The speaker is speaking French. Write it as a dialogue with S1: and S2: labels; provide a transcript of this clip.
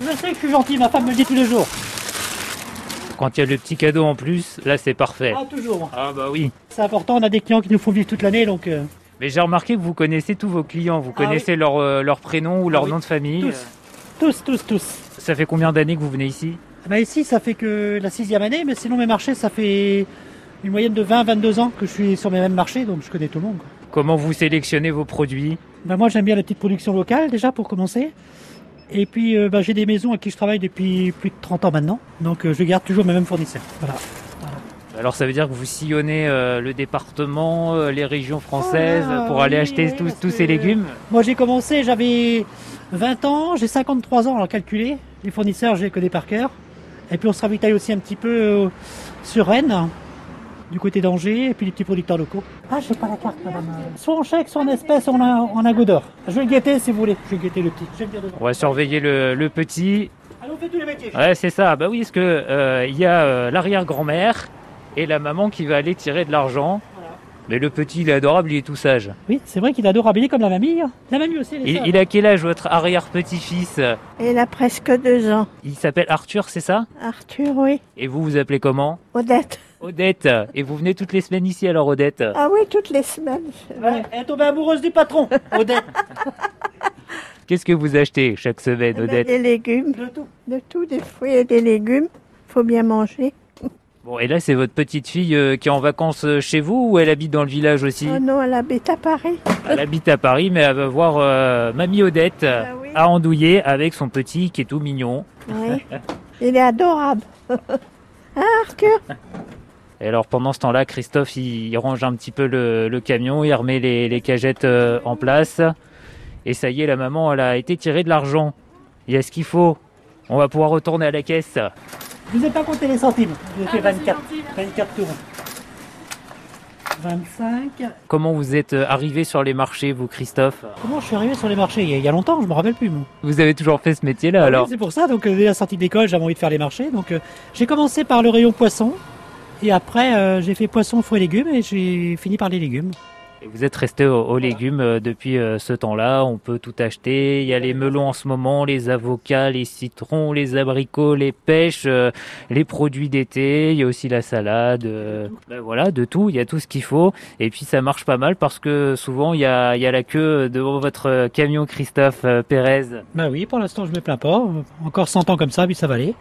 S1: je sais que je suis gentil, ma femme me le dit tous les jours.
S2: Quand il y a le petit cadeau en plus, là c'est parfait.
S1: Ah, toujours.
S2: Ah bah oui.
S1: C'est important, on a des clients qui nous font vivre toute l'année, donc euh,
S2: Mais j'ai remarqué que vous connaissez tous vos clients, vous
S1: Ah
S2: connaissez leur, euh, leur prénom ou leur
S1: oui.
S2: nom de famille.
S1: tous, tous, tous, tous.
S2: Ça fait combien d'années que vous venez ici
S1: Bah ici, ça fait que la sixième année, mais sinon mes marchés, ça fait une moyenne de 20-22 ans que je suis sur mes mêmes marchés, donc je connais tout le monde. quoi.
S2: Comment vous sélectionnez vos produits
S1: Bah, moi, j'aime bien la petite production locale, déjà, pour commencer. Et puis, euh, bah, j'ai des maisons à qui je travaille depuis plus de 30 ans maintenant, donc euh, je garde toujours mes mêmes fournisseurs. Voilà.
S2: Alors ça veut dire que vous sillonnez euh, le département, euh, les régions françaises
S1: Oh là,
S2: pour aller
S1: oui,
S2: acheter
S1: oui,
S2: tous,
S1: parce
S2: tous ces
S1: que-
S2: légumes
S1: Moi, j'ai commencé, j'avais 20 ans, j'ai 53 ans, alors calculé. Les fournisseurs, je les connais par cœur. Et puis, on se ravitaille aussi un petit peu euh, sur Rennes, du côté d'Angers, et puis les petits producteurs locaux. Ah, j'ai pas la carte, madame. Soit en chèque, soit en espèces, on a, on a d'or. Je vais le guetter, si vous voulez. Je vais guetter le petit. Je vais le dire devant.
S2: On va surveiller le, le petit.
S1: Allez, on fait tous les métiers.
S2: Ouais, c'est ça. Bah oui, parce que euh, il y a euh, l'arrière-grand-mère et la maman qui va aller tirer de l'argent.
S1: Voilà.
S2: Mais le petit, il est adorable, il est tout sage.
S1: Oui, c'est vrai qu'il adore habiller comme la mamie. hein. La mamie aussi, elle est
S2: Il,
S1: sage.
S2: il a quel âge votre arrière-petit-fils
S3: Elle a presque deux ans.
S2: Il s'appelle Arthur, c'est ça
S3: Arthur, oui.
S2: Et vous, vous appelez comment
S3: Odette.
S2: Odette. Et vous venez toutes les semaines ici alors, Odette
S3: Ah oui, toutes les semaines.
S1: Ouais, elle est tombée amoureuse du patron, Odette,
S2: Qu'est-ce que vous achetez chaque semaine,
S3: Eh ben,
S2: Odette
S3: Des légumes,
S1: de tout.
S3: de tout, des fruits et des légumes. Faut bien manger.
S2: Bon, et là, c'est votre petite fille euh, qui est en vacances euh, chez vous ou elle habite dans le village aussi
S3: Oh non, elle habite à Paris.
S2: Elle habite à Paris, mais elle va voir euh, Mamie Odette euh,
S3: Ah oui.
S2: à Andouillé avec son petit qui est tout mignon.
S3: Oui. Il est adorable. Hein, Arthur
S2: Et alors pendant ce temps-là, Christophe, il, il range un petit peu le, le camion, il remet les, les cagettes euh, en place. Et ça y est, la maman, elle a été tirée de l'argent. Il y a ce qu'il faut. On va pouvoir retourner à la caisse.
S1: Je vous ai pas compté les centimes. Je vous ai fait
S4: bah, c'est
S1: 24,
S4: gentil, merci.
S1: 24 tours. 25.
S2: Comment vous êtes euh, arrivé sur les marchés, vous, Christophe
S1: Comment je suis arrivé sur les marchés il y, a, il y a longtemps, je me rappelle plus. Moi.
S2: Vous avez toujours fait ce métier-là, alors
S1: Oui, C'est pour ça, donc euh, dès la sortie de l'école, j'avais envie de faire les marchés. Donc euh, j'ai commencé par le rayon poisson. Et après, euh, j'ai fait poisson, fruits et légumes. Et j'ai fini par les légumes.
S2: Et Vous êtes resté au- aux légumes euh, depuis euh, ce temps-là. On peut tout acheter. Il y a les melons en ce moment, les avocats, les citrons, les abricots, les pêches, euh, les produits d'été. Il y a aussi la salade. euh, ben voilà, de tout. Il y a tout ce qu'il faut. Et puis ça marche pas mal parce que souvent il y a, il y a la queue devant votre euh, camion, Christophe euh, Pérez.
S1: Bah oui, pour l'instant, je me plains pas. Encore 100 ans comme ça, puis ça va aller.